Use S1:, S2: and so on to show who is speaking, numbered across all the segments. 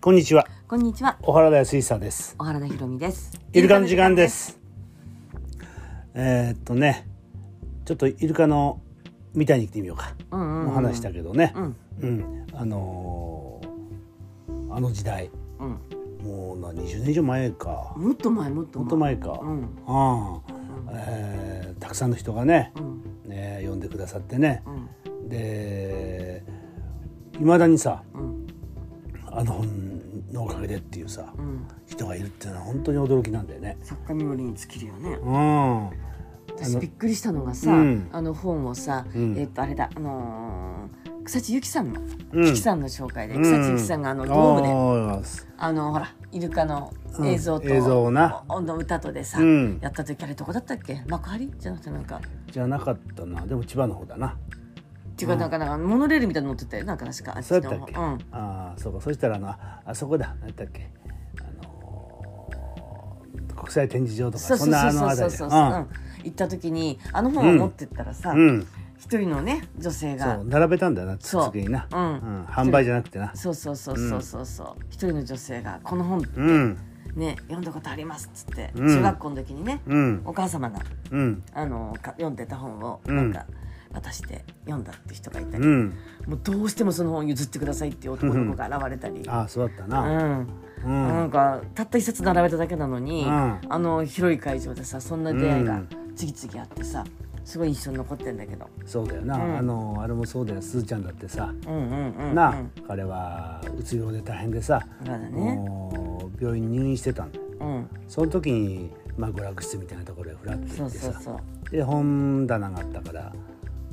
S1: こんにちは
S2: こんにちは、
S1: 小原田康久です
S2: 小原田博美です。
S1: イルカの時間で。すえーっとねちょっとイルカの見たいに行ってみようか
S2: うんうんうん、
S1: お話したけどね
S2: うん
S1: うんあのーあの時代
S2: うん。
S1: もうな20年以上前か
S2: もっと前もっと前。
S1: もっと前か
S2: うん
S1: ああ、えーたくさんの人がね
S2: うん
S1: ね呼んでくださってね
S2: うん
S1: でいまだにさ
S2: うん
S1: あの本のおかげでっていうさ
S2: うん。
S1: 人がいるっていうのは本当に驚きなんだよね。
S2: 作家冥利に尽きるよね。
S1: うん
S2: 私びっくりしたのがさ、
S1: うん
S2: あの本をさ、
S1: うん
S2: えっとあれだあのー草地由紀さんが、
S1: うん
S2: 由紀さんの紹介で、
S1: うん
S2: 草地由紀さんがあのドームで、
S1: ムで
S2: あのほらイルカの映像と、
S1: うん映像をな
S2: おの歌とでさ、
S1: うん
S2: やった時あれどこだったっけ幕張じゃなくてなんかっ
S1: じゃなかったなでも千葉の方だな
S2: ていうかなんかなんかモノレールみたいなの乗ってたよなんか確かあっち
S1: そう
S2: の
S1: だったっけ、
S2: うん
S1: ああそうかそしたらあのああそこだ何だっけあのー国際展示場と
S2: そ
S1: か
S2: う
S1: そ
S2: そ
S1: ん
S2: う
S1: な
S2: そ
S1: あの
S2: うそうそう
S1: 辺り
S2: そ
S1: だ
S2: う、
S1: よ
S2: うん行った時にあの本を持ってったらさ、
S1: うんうん
S2: 一人のね女性
S1: そ
S2: が
S1: う並べたんだよな
S2: そう
S1: 机にな
S2: うん
S1: うん販売じゃなくてな
S2: そうそうそうそうそうそう一人の女性がこの本
S1: うん
S2: ね読んだことありますっつって、
S1: うん
S2: 中学校の時にね、
S1: うん
S2: お母様が
S1: うん
S2: あのか読んでた本を
S1: うん
S2: なんか渡して読んだって人がいたり、
S1: うん
S2: もうどうしてもその本を譲ってくださいっていう男の子が現れたり、
S1: ああそうだった
S2: う
S1: なんうん
S2: なんかたった一冊並べただけなのに、
S1: うん
S2: あの広い会場でさそんな出会いうが
S1: ん
S2: 次々あってさすごい印象に残ってんだけど。
S1: そうだよな、
S2: うん
S1: あのあれもそうだよすずちゃんだってさ、
S2: うんうんうんうん、
S1: なあ、彼はうつ病で大変でさ、
S2: そうだね
S1: もう病院に入院してたんだよ
S2: うん、
S1: その時に、まあ、娯楽室みたいなところへフラッと
S2: そ
S1: 行
S2: う
S1: って
S2: そ
S1: さ
S2: うそう。
S1: で本棚があったから、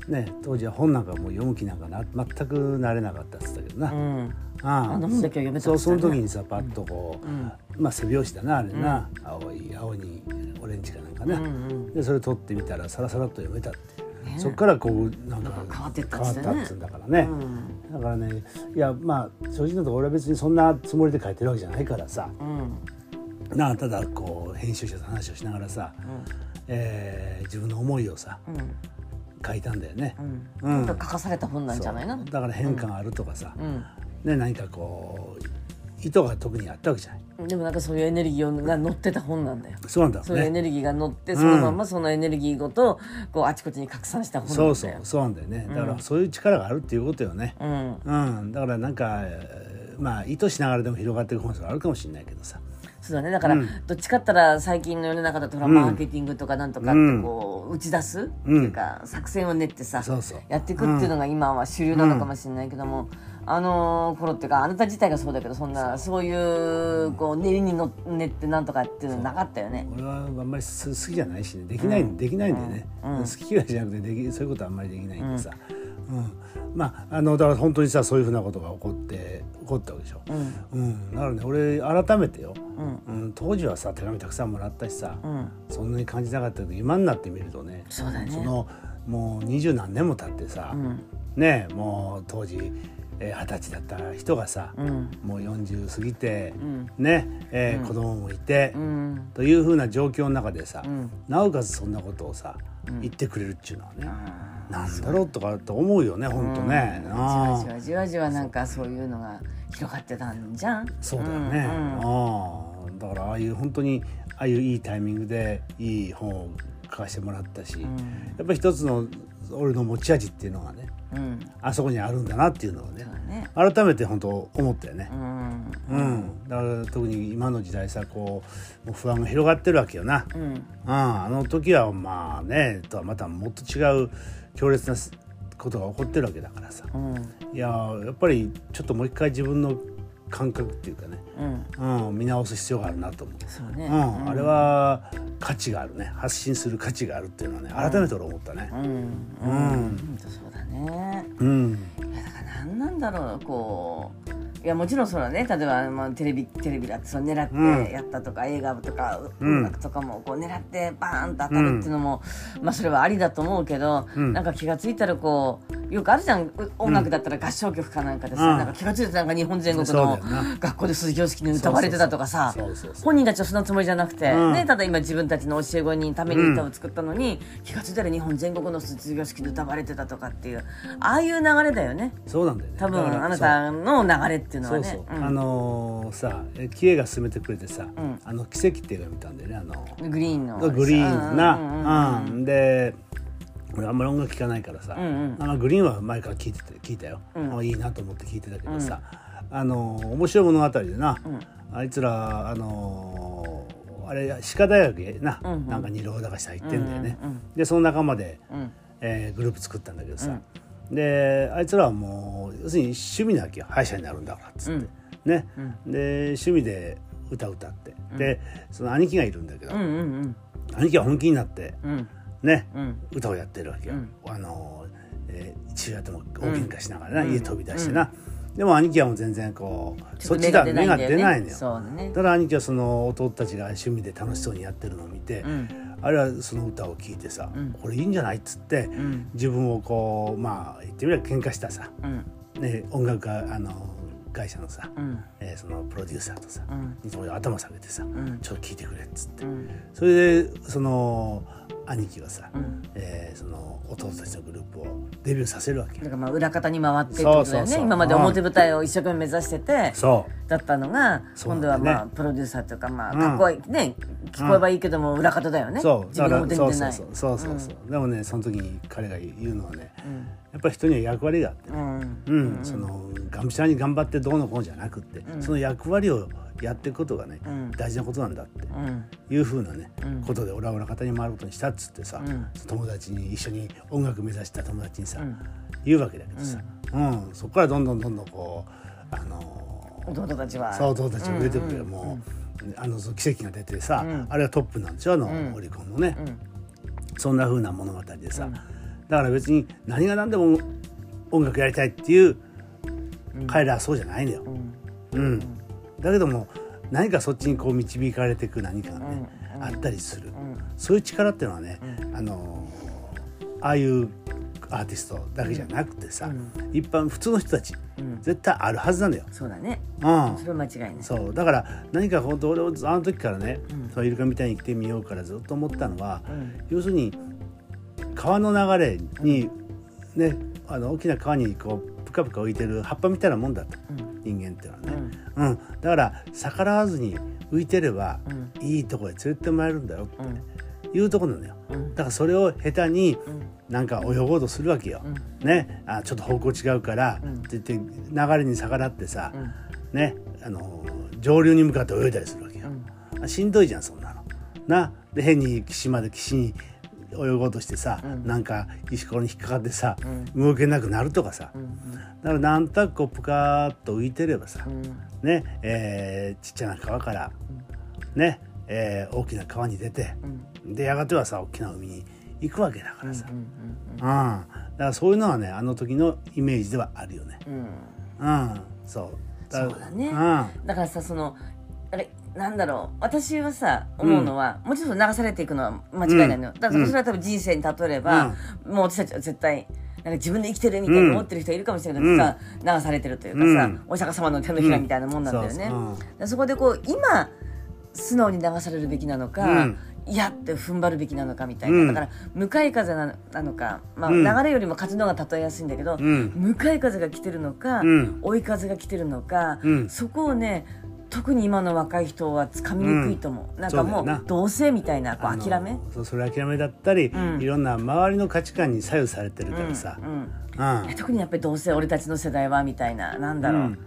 S1: ね、当時は本なんかもう読む気なんかな全くなれなかったっつったけどな、
S2: うん、
S1: あ
S2: あの本だけは読めた
S1: そ
S2: か
S1: う
S2: った
S1: そ
S2: ね
S1: の時にさパッとこう、
S2: うん
S1: まあ背拍子だなあれな、青い青にオレンジかなんかね、
S2: うんうん
S1: でそれ取ってみたらさらさらっと読めたっていう、
S2: ねえ
S1: そっからこうなんか
S2: なんか変わってったっ
S1: 変わ
S2: つ
S1: っ
S2: ってね
S1: たっつうんだからね、
S2: うん
S1: だからねいやまあ正直なところ俺は別にそんなつもりで書いてるわけじゃないからさ
S2: うん
S1: なあただこう編集者と話をしながらさ、えー自分の思いをさ
S2: うん
S1: 書いたんだよね。
S2: うん
S1: うん
S2: なんか書かされた本なんじゃないの
S1: そうだから変化があるとかさ、
S2: う
S1: ね、何かこう意図が特にあったわけじゃない
S2: ん、でもなんかそういうエネルギーが乗ってた本なんだよ。
S1: そうなんだ
S2: そ
S1: ろ
S2: う
S1: う
S2: いうエ
S1: ね
S2: ネルギーが乗って、
S1: ん
S2: そのまんまそのエネルギーごとこうあちこちに拡散した本なんだ
S1: そ
S2: よ。
S1: うそうそうなんだよねだからそういう力があるっていうことよね、
S2: うん、
S1: うん、だからなんかえーまあ意図しながらでも広がっていく本数はあるかもしれないけどさ
S2: そうだねだから、どっちかって言ったら最近の世の中だとほら、マーケティングとかなんとかってこう打ち出す、っていうか作戦を練ってさ
S1: そうそう
S2: やっていくっていうのが今は主流なのかもしれないけども、あの頃っていうかあなた自体がそうだけどそんなそういうこう練りにの練ってなんとかっていうのなかったよね。
S1: 俺はあんまりす好きじゃないしねできない、できないんでね、好き嫌いじゃなくてできそういうことはあんまりできないんでさ、うんまああのだから本当にさそういうふうなことが起こって起こったわけでしょ、うんだからね俺改めてよ、うん当時はさ手紙たくさんもらったしさ、
S2: ん
S1: そんなに感じなかったけど今になってみるとね
S2: そうだね
S1: そのもう二十何年も経ってさ、ねえもう当時えー二十歳だった人がさ、
S2: うん
S1: もう40過ぎて、ね、えー子供もいて、
S2: うん
S1: というふうな状況の中でさ、
S2: ん
S1: なおかつそんなことをさ、言ってくれるっていうのはね、なんだろうとかって思うよね本当ね、
S2: じ
S1: ああ
S2: わじわじわじわなんかそういうのが広がってたんじゃん
S1: そうだよね、ああだからああいう本当にああいういいタイミングでいい本を書かせてもらったし、やっぱり一つの俺の持ち味っていうのがね
S2: うん、うん、
S1: あそこにあるんだなっていうのをね
S2: そうだね
S1: 改めて本当思ったよね。
S2: うん
S1: うん、だから特に今の時代さこうもう不安が広がってるわけよな、うん
S2: ん
S1: あの時はまあねとはまたもっと違う強烈なすことが起こってるわけだからさ、
S2: うん
S1: いやーやっぱりちょっともう一回自分の感覚っていうかね、
S2: うん
S1: うん、見直す必要があるなと思う、
S2: そうね
S1: うんあれは価値があるね発信する価値があるっていうのはね改めて俺思ったね。
S2: うんうん、ほんとそうだね
S1: うん
S2: いやだから何なんだろうこういやもちろんそれはね例えば、まあ、テレビテレビだってその狙ってやったとか、映画とか音楽とかもこう狙ってバーンと当たるっていうのも、まあそれはありだと思うけど、なんか気が付いたらこうよくあるじゃんう音楽だったら合唱曲かなんかでさ、
S1: うん
S2: なんか気が付いてなんか日本全国
S1: そうだ
S2: の
S1: よな
S2: 学校で卒業式に歌われてたとかさ
S1: そうそうそうそうそう
S2: 本人たちはそんなつもりじゃなくて、
S1: うん
S2: ね、ただ今自分たちの教え子にために歌を作ったのに、気が付いたら日本全国の卒業式で歌われてたとかっていうああいう流れだよね
S1: そうなんだよね
S2: 多
S1: だから
S2: 分あなたの流れっていうの
S1: そ
S2: は
S1: う
S2: ね。
S1: そう、
S2: うん
S1: あのーさえキエが勧めてくれてさ、
S2: ん
S1: あの奇跡っていう映画見たんだよねあの
S2: グリーンの
S1: グリーンな、
S2: う
S1: うんん
S2: うんうん
S1: で俺あんまり音楽聴かないからさ、
S2: ん
S1: あのグリーンは前から聞いてて聞いたよ、あいいなと思って聞いてたけどさ、あの面白い物語でな、あいつらあのあれ歯科大学へな、なんか二浪だかした行ってんだよね、でその仲間で、えーグループ作ったんだけどさ、であいつらはもう要するに趣味なわけよ歯医者になるんだからっつって、ね、で趣味で歌歌って、でその兄貴がいるんだけど、
S2: うんうん
S1: 兄貴は本気になって、
S2: うんうん
S1: ね、
S2: うん
S1: 歌をやってるわけよ、あの、えー父親とも大喧嘩しながらな、家飛び出してな、でも兄貴はもう全然こう
S2: ちょ
S1: そ
S2: っ
S1: っ
S2: と目
S1: ち
S2: が
S1: だ目
S2: 出ないんだ
S1: が
S2: よね
S1: 出ないのよ
S2: そうだね
S1: ただ兄貴はその弟たちが趣味で楽しそうにやってるのを見て、あるいはその歌を聴いてさ、これいいんじゃないっつって、自分をこうまあ言ってみれば喧嘩したさ、
S2: うん
S1: ね、音楽家あの会社のさ、
S2: うん
S1: えーそのプロデューサーとさ、
S2: ん
S1: いつも頭下げてさ、
S2: ん
S1: ちょっと聞いてくれっつって、
S2: ん
S1: それでその兄貴はさ、
S2: ん
S1: えーその弟たちのグループをデビューさせるわけ
S2: だか
S1: よ
S2: らまあ裏方に回ってってことだよね
S1: そうそうそう
S2: 今まで表舞台を一生懸命目指してて
S1: そう
S2: だったのが、
S1: そう
S2: 今
S1: なん
S2: 度
S1: だよね
S2: はまあプロデューサーというかまあかっこいい、ね聞こえばいいけども裏方だよね、
S1: そう
S2: 自分の表に
S1: そう
S2: 出
S1: そ
S2: な
S1: う
S2: い
S1: そうそうそうそう、でもねその時に彼が言うのはね、やっぱり人には役割があって、
S2: うん
S1: うんそのがむしゃらに頑張ってどうのこうのじゃなくって、その役割をやっていくことがね、大事なことなんだって、
S2: うん
S1: いうふうなね、ことで俺は裏方に回ることにしたっつってさ、友達に一緒に音楽目指した友達にさ、言うわけだけどさ、うんそこからどんどんどんどんこうあの
S2: 弟たちは
S1: ー、そう弟たちが出てくるよ、もうあのその奇跡が出てさ、あれはトップなんでしょあの、オリコンのね、そんなふうな物語でさ、だから別に何が何でも音楽やりたいっていう彼らはそうじゃないのよ。うん、だけども何かそっちにこう導かれていく何かがね、あったりする、そういう力っていうのはね、あのーああいうアーティストだけじゃなくてさ、一般普通の人たち、絶対あるはずなんだよ。
S2: そうだね
S1: うん
S2: それは間違いない
S1: そうだから何か本当俺あの時からね、そうイルカみたいに生きてみようからずっと思ったのは、要するに川の流れに、ねあの大きな川にこうぷかぷか浮いてる葉っぱみたいなもんだと、人間っていうのはね、うんだから逆らわずに浮いてれば、いいとこへ連れてもらえるんだよって、いうとこなのよ、だからそれを下手になんか泳ごうとするわけよ、ねあちょっと方向違うから、って言って流れに逆らってさ、ねあの上流に向かって泳いだりするわけよ、あしんどいじゃんそんなのなで変に岸まで岸に泳ごうとしてさ、なんか石ころに引っかかってさ、動けなくなるとかさ、だからなんとなくこうぷかーっと浮いてればさ、ねえーちっちゃな川から、ねえー大きな川に出て、でやがてはさ大きな海に行くわけだからさ、うんだからそういうのはねあの時のイメージではあるよね。うん、そう
S2: そうだね
S1: うん
S2: だからさそのあれなんだろう私はさ思うのは、もうちょっと流されていくのは間違いないのよ、だからそれは多分人生に例えれば、もう私たちは絶対なんか自分で生きてるみたいに思ってる人いるかもしれないけどさ、流されてるというかさ、
S1: うん
S2: お釈迦様の手のひらみたいなもんなんだよね、
S1: うんそうそううん
S2: だからそこでこう今素直に流されるべきなのか、
S1: うん
S2: いやって踏ん張るべきなのかみたいな、
S1: うん
S2: だから向かい風ななのか、まあ、
S1: うん
S2: 流れよりも風の方が例えやすいんだけど、
S1: ん
S2: 向かい風が来てるのか、
S1: うん
S2: 追い風が来てるのか、
S1: うん
S2: そこをね特に今の若い人はつかみにくいと思う、なんかも
S1: そうだよ
S2: う
S1: な
S2: 同性みたいなこ
S1: あ
S2: う
S1: の
S2: 諦め
S1: そうそれ諦めだったり、
S2: ん
S1: いろんな周りの価値観に左右されてるからさ、
S2: うん
S1: うん
S2: え特にやっぱり同性俺たちの世代はみたいななんだろう、
S1: うん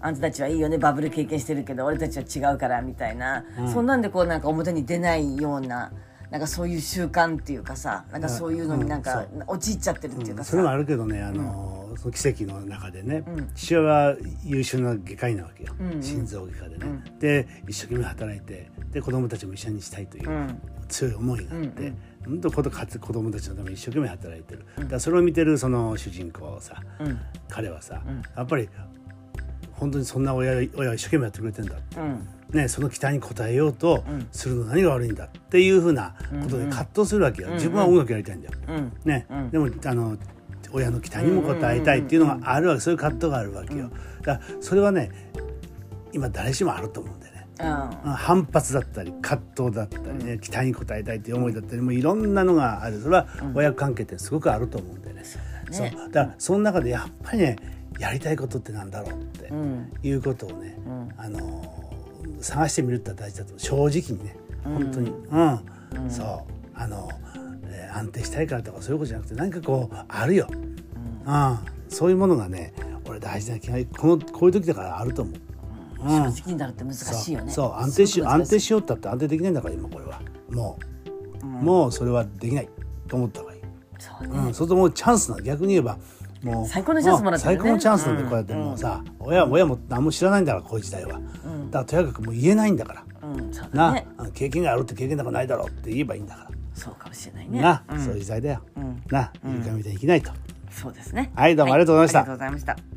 S2: あんたたちはいいよねバブル経験してるけど俺たちは違うからみたいな、そんなんでこうなんか表に出ないようななんかそういう習慣っていうかさなんかそういうのになんか陥っちゃってるっていうか
S1: そ
S2: さ、
S1: れもあるけどねあの、その奇跡の中でね、父親は優秀な外科医なわけよ、心臓外科でね、で一生懸命働いてで子供たちも医者にしたいという、
S2: ん
S1: 強い思いがあって、本当ことかつ子供たちのために一生懸命働いてる、だからそれを見てるその主人公さ、彼はさ、やっぱり本当にそんな親親を一生懸命やってくれてんだって、ね、その期待に応えようとするの何が悪いんだっていうふうなことで葛藤するわけよ、自分は音楽やりたいんだよ、ね、でもあの親の期待にも応えたいっていうのがあるわけそういう葛藤があるわけよ。だからそれはね今誰しもあると思うんだよね。
S2: う
S1: 反発だったり葛藤だったりね期待に応えたいという思いだったりもういろんなのがあるそれは親子関係ってすごくあると思うんだよね。
S2: ん
S1: そう
S2: ね
S1: だからその中でやっぱりねやりたいことってなんだろうっていうことをね、あのー探してみるって大事だと思う正直にね本当に、うんそうあの、えー安定したいからとかそういうことじゃなくて何かこうあるよ、うんそういうものがね俺大事な気がこのこういう時だからあると思う。うん
S2: 正直になるって難しいよね
S1: そうそう安定しよう安定
S2: し
S1: しようったって安定できないんだから今これはもう、もうそれはできないと思った方がいい、
S2: そう
S1: う
S2: ね
S1: ん、それともうチャンスなの逆に言えばもう
S2: 最高のチャンスもらってるね
S1: うん最高のチャンスなんでこうやってもうさ、親親も何も知らないんだからこういう時代は、だからとにかくもう言えないんだから、
S2: うんそうだ
S1: な、
S2: ね
S1: うん経験があるって経験なんかないだろうって言えばいいんだから、
S2: そうかもしれないね
S1: な、
S2: うん
S1: そういう時代だよ、な、ゆかみたいに生きないと、
S2: そうですね
S1: はいどうもありがとうございました
S2: ありがとうございました